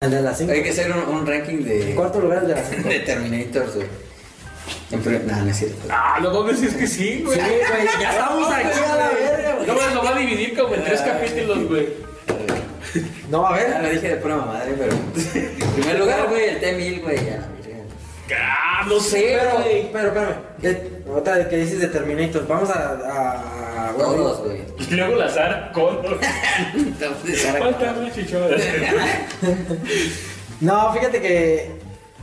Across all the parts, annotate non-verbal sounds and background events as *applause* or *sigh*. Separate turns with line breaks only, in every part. El de las 5.
Hay que hacer un, un ranking de,
Cuarto lugar el de las
*laughs*
5.
de Terminators, güey. En prim- nah, no es cierto.
Ah, los dos decís que sí, güey.
ya estamos aquí a la verga, güey.
No, güey, lo va a dividir como en tres capítulos, güey.
No va a
Ya
haber.
lo dije de pura madre, pero. En primer lugar, güey, el T-1000, güey. Ya, la verga.
Ah, no sé,
Pero,
güey.
pero, espérame. De- otra de que dices de Terminator. Vamos a. a
Todos, güey. Pues,
Y luego la Sara con.
Estamos de Sara
Falta
Connor.
una chichona.
No, fíjate que.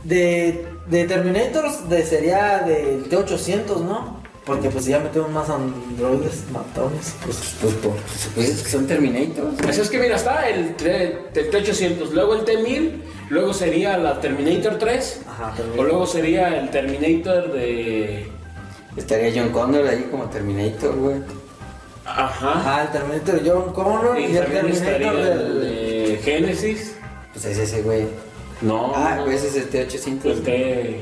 De, de Terminators de, sería del T800, ¿no? Porque pues ya metemos más androides matones. Pues.
Pues, por supuesto, son Terminators.
Así es que mira, está el, tre- el T800, luego el T1000, luego sería la Terminator 3,
Ajá,
o
Terminator.
luego sería el Terminator de.
Estaría John Connor ahí como Terminator, güey.
Ajá.
Ajá, el Terminator de John Connor y,
Y
el
también estaría
Terminator
el
del.
de Genesis.
Pues es ese, güey.
No.
Ah,
no,
pues ese es el T800.
El T.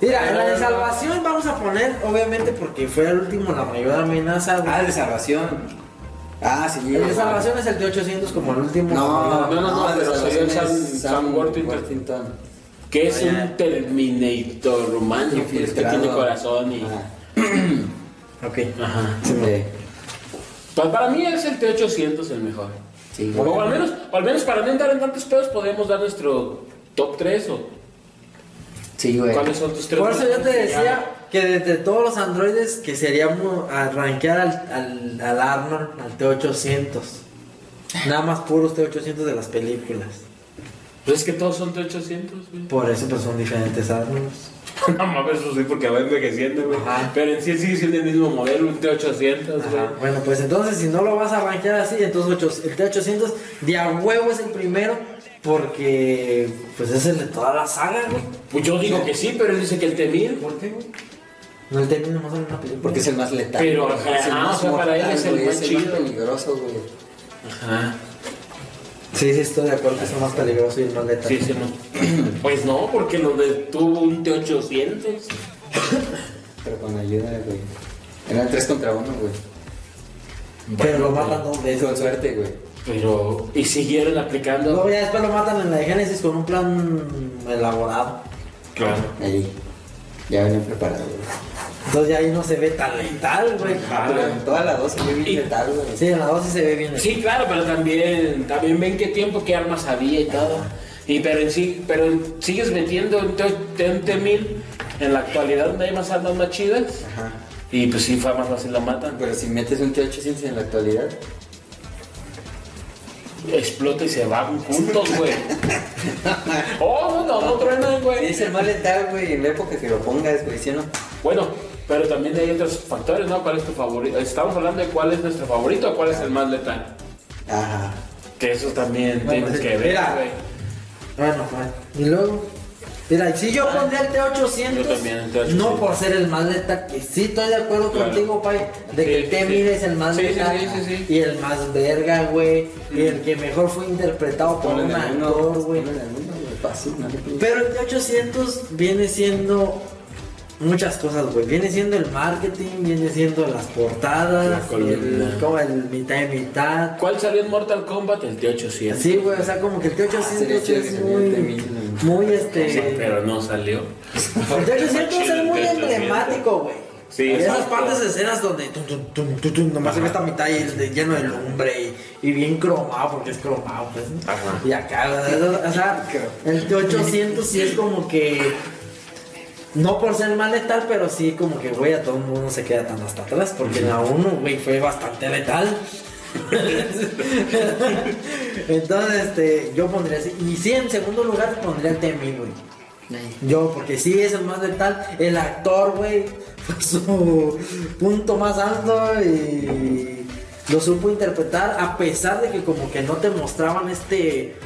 Mira, en la de salvación vamos a poner, obviamente, porque fue el último la mayor amenaza. güey.
Ah, el de salvación. Ah, sí.
El de salvación es el de 800 como el último.
No,
No, no, no,
el de
pero
salvación
sería el
es
Sam- Sam Worthington. Que es un Terminator humano, pues, que
Infiltrado.
tiene corazón y.
Ajá.
Ok.
Ajá.
Sí.
Pa- Pues para mí es el T800 el mejor.
Sí, güey.
O al menos, o al menos para no entrar en tantos pedos, podemos dar nuestro top 3 o
Sí, güey.
cuáles son tus tres.
Por eso yo te
Ya.
decía que de, de todos los androides que seríamos arranquear al, al, al Arnold, al T800. Nada más puros T800 de las películas.
Pues es que todos son T800, güey.
Por eso pues son diferentes Arnolds.
*laughs* No mames, pues sí, porque va envejeciendo, güey.
Ajá.
Pero en sí sigue siendo el mismo modelo, un T800,
Ajá.
güey.
Bueno, pues entonces si no lo vas a arranquear así, entonces ocho- el T800 de a huevo es el primero porque pues es el de toda la saga, güey.
Pues yo digo que sí, pero él dice que el T1000.
¿Por qué, güey? No, el T1000 nomás sale en una película.
Porque es el más letal.
Pero,
güey.
ajá,
es el
ah,
más
o sea, para él
mortal,
es el
güey,
más chido.
peligroso, güey.
Ajá.
Sí, sí, estoy de acuerdo que es el más peligroso y el más letal.
Sí, sí, no.
*clears throat*
Pues no, porque lo detuvo un T800.
Pero con ayuda, güey. Eran tres contra uno, güey.
Pero lo matan dos veces.
Con suerte, güey.
Pero, y siguieron aplicando.
Luego ya después lo matan en la de Génesis con un plan elaborado.
Claro.
Ahí. Ya venían preparados, güey.
Entonces ya ahí no se ve tan letal, güey.
Ah,
Pero
güey.
en toda la doce yo vi
Y-
letal, güey.
Sí, en la 12 se ve bien.
Sí, claro, pero también, también ven qué tiempo, qué armas había y todo. Y pero en sí, pero sigues metiendo un T- un T1000 en la actualidad donde hay más armas más chidas.
Ajá.
Y pues sí, fue más fácil la matan.
Pero si metes un T800 en la actualidad,
Explota y se van juntos,
*laughs*
güey. oh, no, no, no truenan, güey.
es el más letal, güey. En la época que lo pongas, güey, ¿sí o no?
Bueno, pero también hay otros factores, ¿no? ¿Cuál es tu favorito? Estamos hablando de cuál es nuestro favorito o cuál es el más letal.
Ajá.
Que eso también
Bueno,
tienes
sí.
que ver,
Mira.
güey.
Bueno, bueno. Y luego. Mira, si yo pondría el T800,
Ah. Yo también el T800.
no por ser el más letal, que sí estoy de acuerdo
Claro.
contigo, Pai, de que
Sí,
el T1000
sí.
es el más
Sí, sí,
letal
sí, sí, sí.
y el más verga, güey, y el que mejor fue interpretado por un
Ponle en uno,
actor, güey.
ponle en uno, güey. Fácil, no te preocupes.
Pero el T800 viene siendo muchas cosas, güey. Viene siendo el marketing, viene siendo las portadas,
La columna.
el, como el mitad y mitad.
¿Cuál salió en Mortal Kombat? El T800.
Sí, güey, o sea, como que el
sería
T800
chido que
es
saliera el
muy,
T1000,
muy este...
Sí, pero no salió.
El T800 es muy
El T800.
emblemático, güey.
Sí,
Había esas
exacto.
partes de escenas donde tum, tum, tum, tum, tum, nomás se ve esta mitad y el de- lleno de lumbre y, y bien cromado porque es cromado, pues.
Ajá.
Y acá, o sea, el T800 sí es como que no por ser más letal, pero sí como que, güey, a todo el mundo se queda tan hasta atrás, porque la 1, güey, fue bastante
*laughs*
letal. Entonces, este, yo pondría así. Y sí, en segundo lugar pondría el T-1000, güey. Yo, porque sí es el más letal. El actor, güey, *laughs* fue su punto más alto y lo supo interpretar a pesar de que como que no te mostraban este,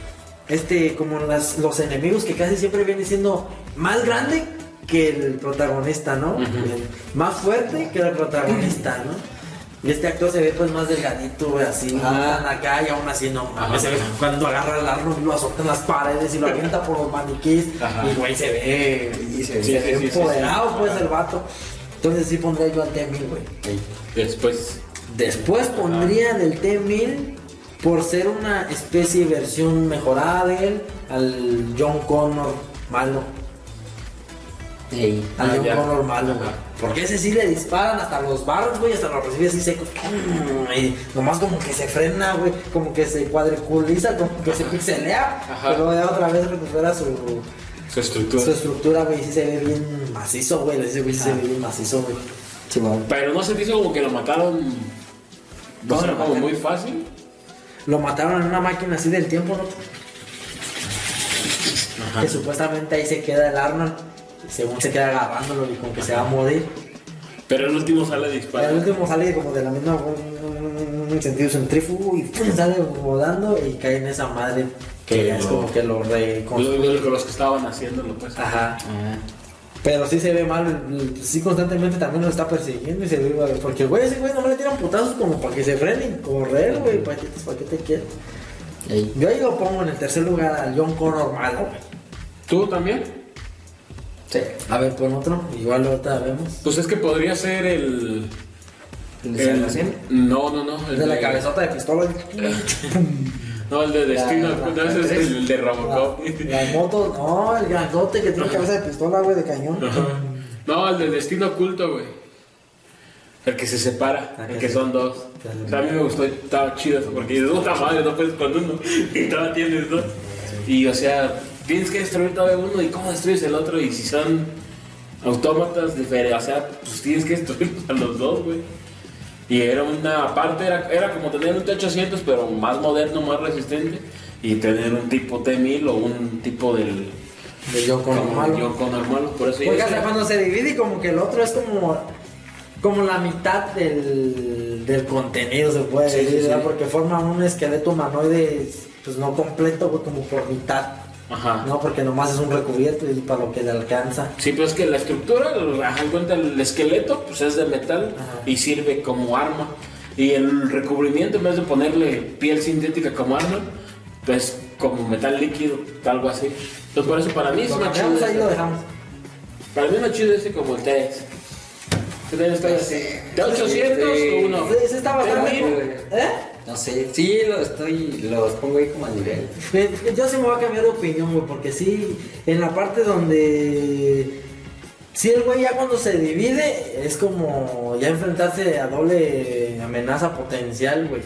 este, como las- los enemigos que casi siempre viene siendo más grande que el protagonista, ¿no? Más fuerte que el protagonista, ¿no? Y este actor se ve pues más delgadito, güey, así, no
Ah.
tan acá y aún así no mames.
Ajá.
se ve Cuando agarra el arma y lo azota en las paredes y lo avienta por los maniquís,
Ajá.
y güey se ve
Sí, se ve.
Sí,
se
sí,
ve
sí, sí,
empoderado,
sí.
pues, el vato. Entonces sí pondría yo al T-1000, güey.
Ey.
Después.
Después pondría del T-1000 por ser una especie de versión mejorada de él al John Connor malo.
Ey.
Al
Ah,
John
ya.
Connor malo, güey. Porque ese sí le disparan hasta los barros, güey, hasta los recibe así seco. Y nomás como que se frena, güey, como que se cuadriculiza, como que se pixelea.
Ajá.
Pero ya otra vez recupera su,
Su estructura.
su estructura, güey, y sí se ve bien macizo, güey. Ese güey sí se ve bien macizo, güey.
Simón.
Pero no se te hizo como que lo mataron. No,
No,
era
lo
como
mataron.
muy fácil.
Lo mataron en una máquina así del tiempo, ¿no?
Ajá.
Que supuestamente ahí se queda el Arnold. Según se queda agarrándolo y como que se va a morir.
Pero el último sale
Y al
disparado.
último sale como de la misma un- un sentido centrífugo y *clears throat* ¡pum! sale rodando y cae en esa madre que
Que
ya es
lo-
como que lo reconstruye.
Los, los que estaban haciéndolo, pues.
Ajá.
Ah,
Pero sí se ve mal, el- el- sí constantemente también lo está persiguiendo y se ve mal, Porque el güey, ese güey nomás le tiran putazos como para que se frenen, correr, güey, para que, para que te quede.
ey.
Yo ahí lo pongo en el tercer lugar al John Connor malo, güey.
¿Tú también?
Sí.
A ver, pon otro, igual ahorita vemos.
Pues es que podría ser el.
¿El de
el-
salvación?
no, no, no.
De la cabezota de pistola. *laughs*
No, el de Destino.
La- la- Ah.
no, ese es
tres.
el, el de Robocop.
La moto, no, el grandote que tiene cabeza de pistola, güey, de cañón.
Ajá. No, el de Destino Oculto, güey. El que se separa,
Ah,
el
que
que
sí.
son dos. O sea, a mí me gustó, estaba chido eso, porque dices, puta madre, no puedes con uno, *laughs* y todavía tienes dos. Y o sea, tienes que destruir todavía uno, y cómo destruyes el otro, y si son autómatas diferentes, o sea, pues tienes que destruir a los dos, güey. Y era una parte, era, era como tener un T800, pero más moderno, más resistente, y tener un tipo T1000 o un tipo del.
De John Connor
como
malo.
John Connor malo, por eso yo
Porque
decía-
hasta cuando se divide como que el otro es como como la mitad del, del contenido se puede
Sí,
decir,
sí, sí.
¿verdad? porque forma un esqueleto humanoide pues no completo, güey, como por mitad,
Ajá.
¿no? Porque nomás es un recubierto y para lo que le alcanza.
Sí, pero es que la estructura, ajá, en cuenta el esqueleto, pues es de metal
Ajá.
y sirve como arma. Y el recubrimiento, en vez de ponerle piel sintética como arma, pues como metal líquido, algo así. Entonces, por eso para mí es
Lo
una
cambiamos ahí lo
chida.
dejamos.
Para mí es una chida ese como el E TX. ¿Qué tal está ese? ¿T800 o uno?
Sí, sí está bastante.
T1000.
cool. ¿Eh?
No sé. Sí, lo estoy. Los pongo ahí como a nivel.
Eh, Yo sí me voy a cambiar de opinión, güey, porque sí, en la parte donde. Sí, el güey ya cuando se divide es como ya enfrentarse a doble amenaza potencial, güey.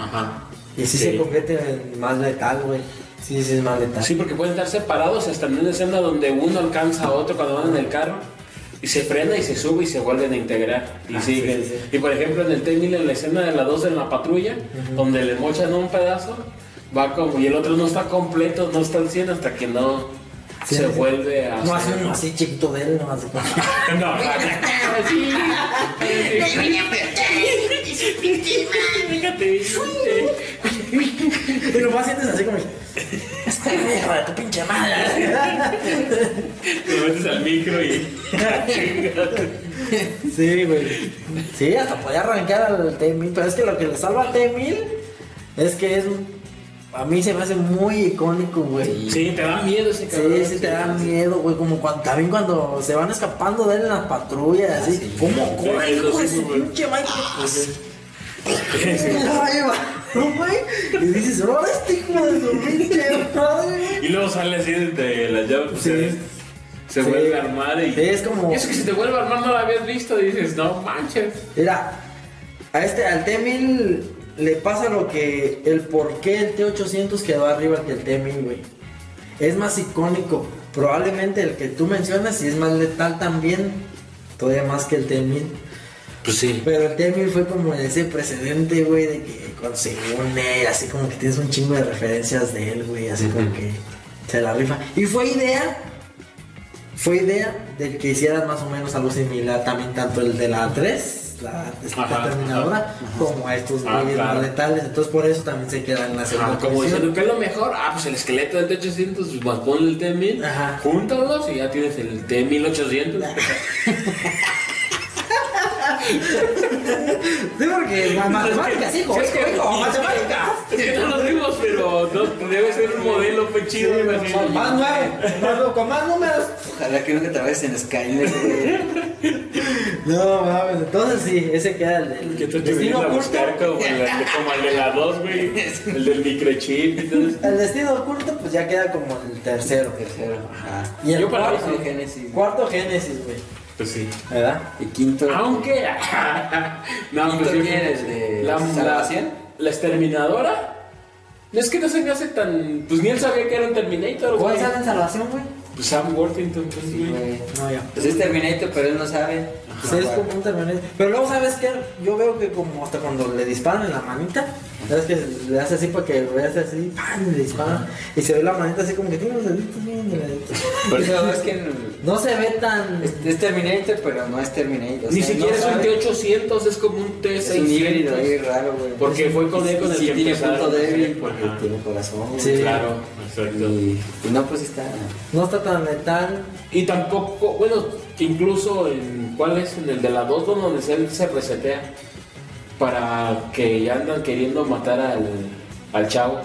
Ajá.
Y sí, se convierte en más letal, güey. Sí, sí, es más letal.
Sí, porque pueden estar separados hasta en una escena donde uno alcanza a otro cuando van en el carro y se frena y se sube y se vuelven a integrar y
Ah, sí,
siguen.
sí,
Y por ejemplo en el T-1000 en la escena de la 2 en la patrulla, donde le mochan un pedazo, va como y el otro no está completo, no está al 100 hasta que no
Sí,
se
sí, sí.
vuelve a...
No hace uno así chiquito de él, no hace como- *laughs*
No, sí, sí, sí. Fíjate, sí.
Y nomás sientes así como. Este hijo de tu pinche madre.
Te metes al micro y...
Sí, güey. Sí, hasta podía arrancar al T-1000, pero es que lo que le salva al T-1000 es que es... un- A mí se me hace muy icónico, güey.
Sí, te da miedo ese cabrón.
Sí, sí te da miedo, güey, como cuando, también cuando se van escapando de él en las patrullas, así,
sí.
¿cómo
Ah, Sí,
corre,
eso
hijo de
sí,
su
güey. Ah,
pinche madre? La va a llevar, *laughs* ¿no, güey? Y dices, ahora este hijo de su pinche madre, güey".
Y luego sale así de la llave, pues,
Sí.
se- se
Sí.
vuelve a armar y...
Sí, es como-
Eso que si te vuelve a armar no lo habías visto, dices, no manches.
Mira, a este, al T-1000 le pasa lo que, el por qué el T-800 quedó arriba que el T-1000, güey. Es más icónico. Probablemente el que tú mencionas y es más letal también, todavía más que el T-1000.
Pues sí.
Pero el T-1000 fue como ese precedente, güey, de que cuando se une, así como que tienes un chingo de referencias de él, güey, así como que se la rifa. Y fue idea, fue idea del que hicieran más o menos algo similar también, tanto el de la 3, la, esta
Ajá,
terminadora, como a estos
Ah,
güeyes
claro.
más letales. Entonces por eso también se quedan en la segunda
como
posición.
diciendo, ¿qué es lo mejor? Ah, pues el esqueleto del T-800, pues, más ponle el T-1000,
Ajá.
júntalos y ya tienes
*laughs*
el T-1800.
Sí, porque porque ma- matemáticas, hijo,
Sí, es
hijo,
que-
hijo, matemáticas.
Es que no los vimos, pero no, debe ser un modelo pues chido. güey, así.
Más nueve, más- con más números.
Ojalá que nunca trabajes en Skynet,
*laughs*
güey.
No, mames, entonces sí, ese queda el, el
Que tú te
destino
vienes a
oculto.
buscar como el, como el de la 2,
*laughs*
güey. El del microchip y todo eso.
El destino oculto, pues ya queda como el tercero.
Tercero. Ah. Ajá.
Y el
Yo para mí
cuarto,
sí, Génesis.
Cuarto Génesis, güey.
Pues sí.
¿Verdad?
Y quinto.
Aunque. *laughs* no,
¿Y
pues
tú
sí,
quién eres,
sí.
de
la,
Salvación?
la, la exterminadora. No es que no se me hace tan. Pues ni él sabía que era un Terminator,
¿Cuál
güey.
sale en salvación, güey?
Pues Sam Worthington, pues,
Sí,
güey.
güey.
No, ya. Ah,
Pues es Terminator, pero él no sabe.
Sí, es como un terminal. Pero luego, ¿sabes qué? Yo veo que como hasta cuando le disparan en la manita, ¿sabes que le hace así para que lo hace así, ¡pam! y le disparan. Y se ve la manita así como que tiene los deditos bien delgaditos.
Pero es que en-
No se ve tan...
es, es Terminator, pero no es Terminator. o
Ni
sea,
siquiera
no
es un
sabe.
T800, es como un
Es un híbrido ahí
T600.
raro, güey.
Porque fue con él con el
sí,
que
tiene
empezaron.
punto débil, porque
Ajá.
tiene corazón. güey.
Sí.
Claro, exacto.
Y, y no, pues está.
No está tan letal.
Y tampoco, bueno, que incluso en cuál es, en el de la 2 donde él se resetea para que ya andan queriendo matar al, al chavo.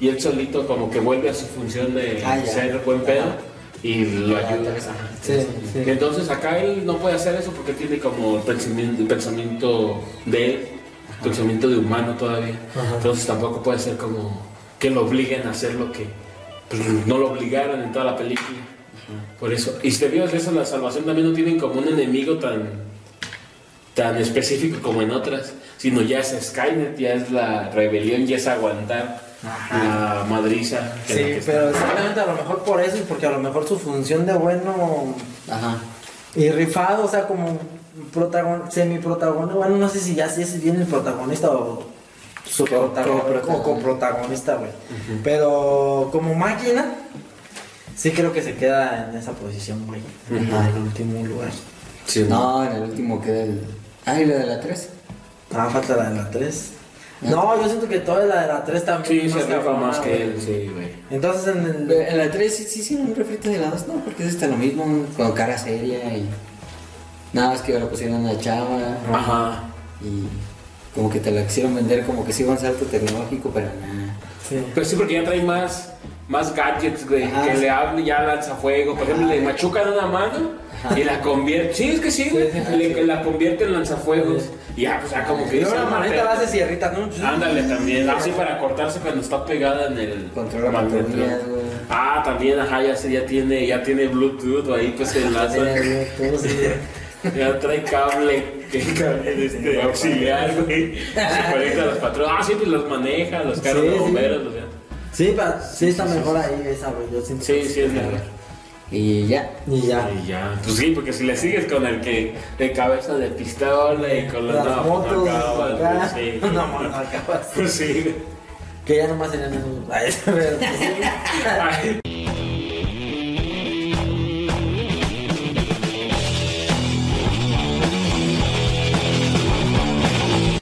Y él solito como que vuelve a su función de
Ah, ya.
ser buen pedo
Ajá.
y lo
Ah,
ayuda.
tal vez, ajá.
Sí, sí.
Entonces acá él no puede hacer eso porque tiene como el pensamiento, el pensamiento de él, pensamiento de humano todavía.
Ajá.
Entonces tampoco puede ser como que lo obliguen a hacer lo que pues, no lo obligaron en toda la película. Por eso, y si te fijas, eso en la salvación también no tienen como un enemigo tan tan específico como en otras, sino ya es Skynet, ya es la rebelión, ya es aguantar la madriza. en la que
Sí,
está.
pero exactamente a lo mejor por eso y porque a lo mejor su función de bueno
Ajá.
y Eh, rifado, o sea, como protagon, semiprotagonista, bueno, no sé si ya sí es bien el protagonista o su
Co-
protagonista o
coprotagonista.
coprotagonista, güey. Pero como máquina, sí creo que se queda en esa posición, güey. En el último lugar.
Sí, ¿no?
No, en el último queda el. Ah, y la de la 3.
Ah, falta la de la 3. No, yo siento que toda la de la 3 también.
Sí,
es
se rifa
cabrona,
más
güey.
que él, sí, güey.
Entonces en el.
En la 3 sí, sí hicieron un refrito de la 2, ¿no? Porque es está lo mismo, con cara seria y. Nada más que ahora pusieron a la chava
Ajá.
y. Como que te la quisieron vender, como que sí iba un salto tecnológico, pero nada.
Sí.
Pues sí, porque ya trae más, más gadgets, güey,
Ajá.
que le hable ya lanza fuego. Por ejemplo, le machucan una mano y la convierte. Sí, es que sí, güey. le- que la convierte en lanzafuegos. Y ya, pues ya como que
Y
dice.
ahora la
"Ah,
maneta
pero-
la hace sierrita, ¿no?
Ándale también, así para cortarse cuando está pegada en el
Controla
magnetrón.
patrullas, güey.
Ah, también, ajá, ya, se- ya tiene, ya tiene Bluetooth ahí pues se enlaza.
Tiene Bluetooth, sí.
Ya trae cable, que- *laughs* cable este, auxiliar, güey. Se conecta a las patrullas. Ah, sí, pues los maneja, los carros
Sí,
de
sí.
bomberos, o sea.
Sí, pa- sí está mejor ahí esa, güey. Yo siento.
Sí, sí, es mejor.
Y ya.
Y ya.
Y ya, pues sí, porque si le sigues con el que de cabeza de pistola y con los
Las
no, pues
motos,
no acabas, güey,
acá. *laughs*
sí.
No, no,
*laughs*
no acabas. *laughs*
Pues sí.
pues Que ya nomás serían esos. Ay, pero-
Ay,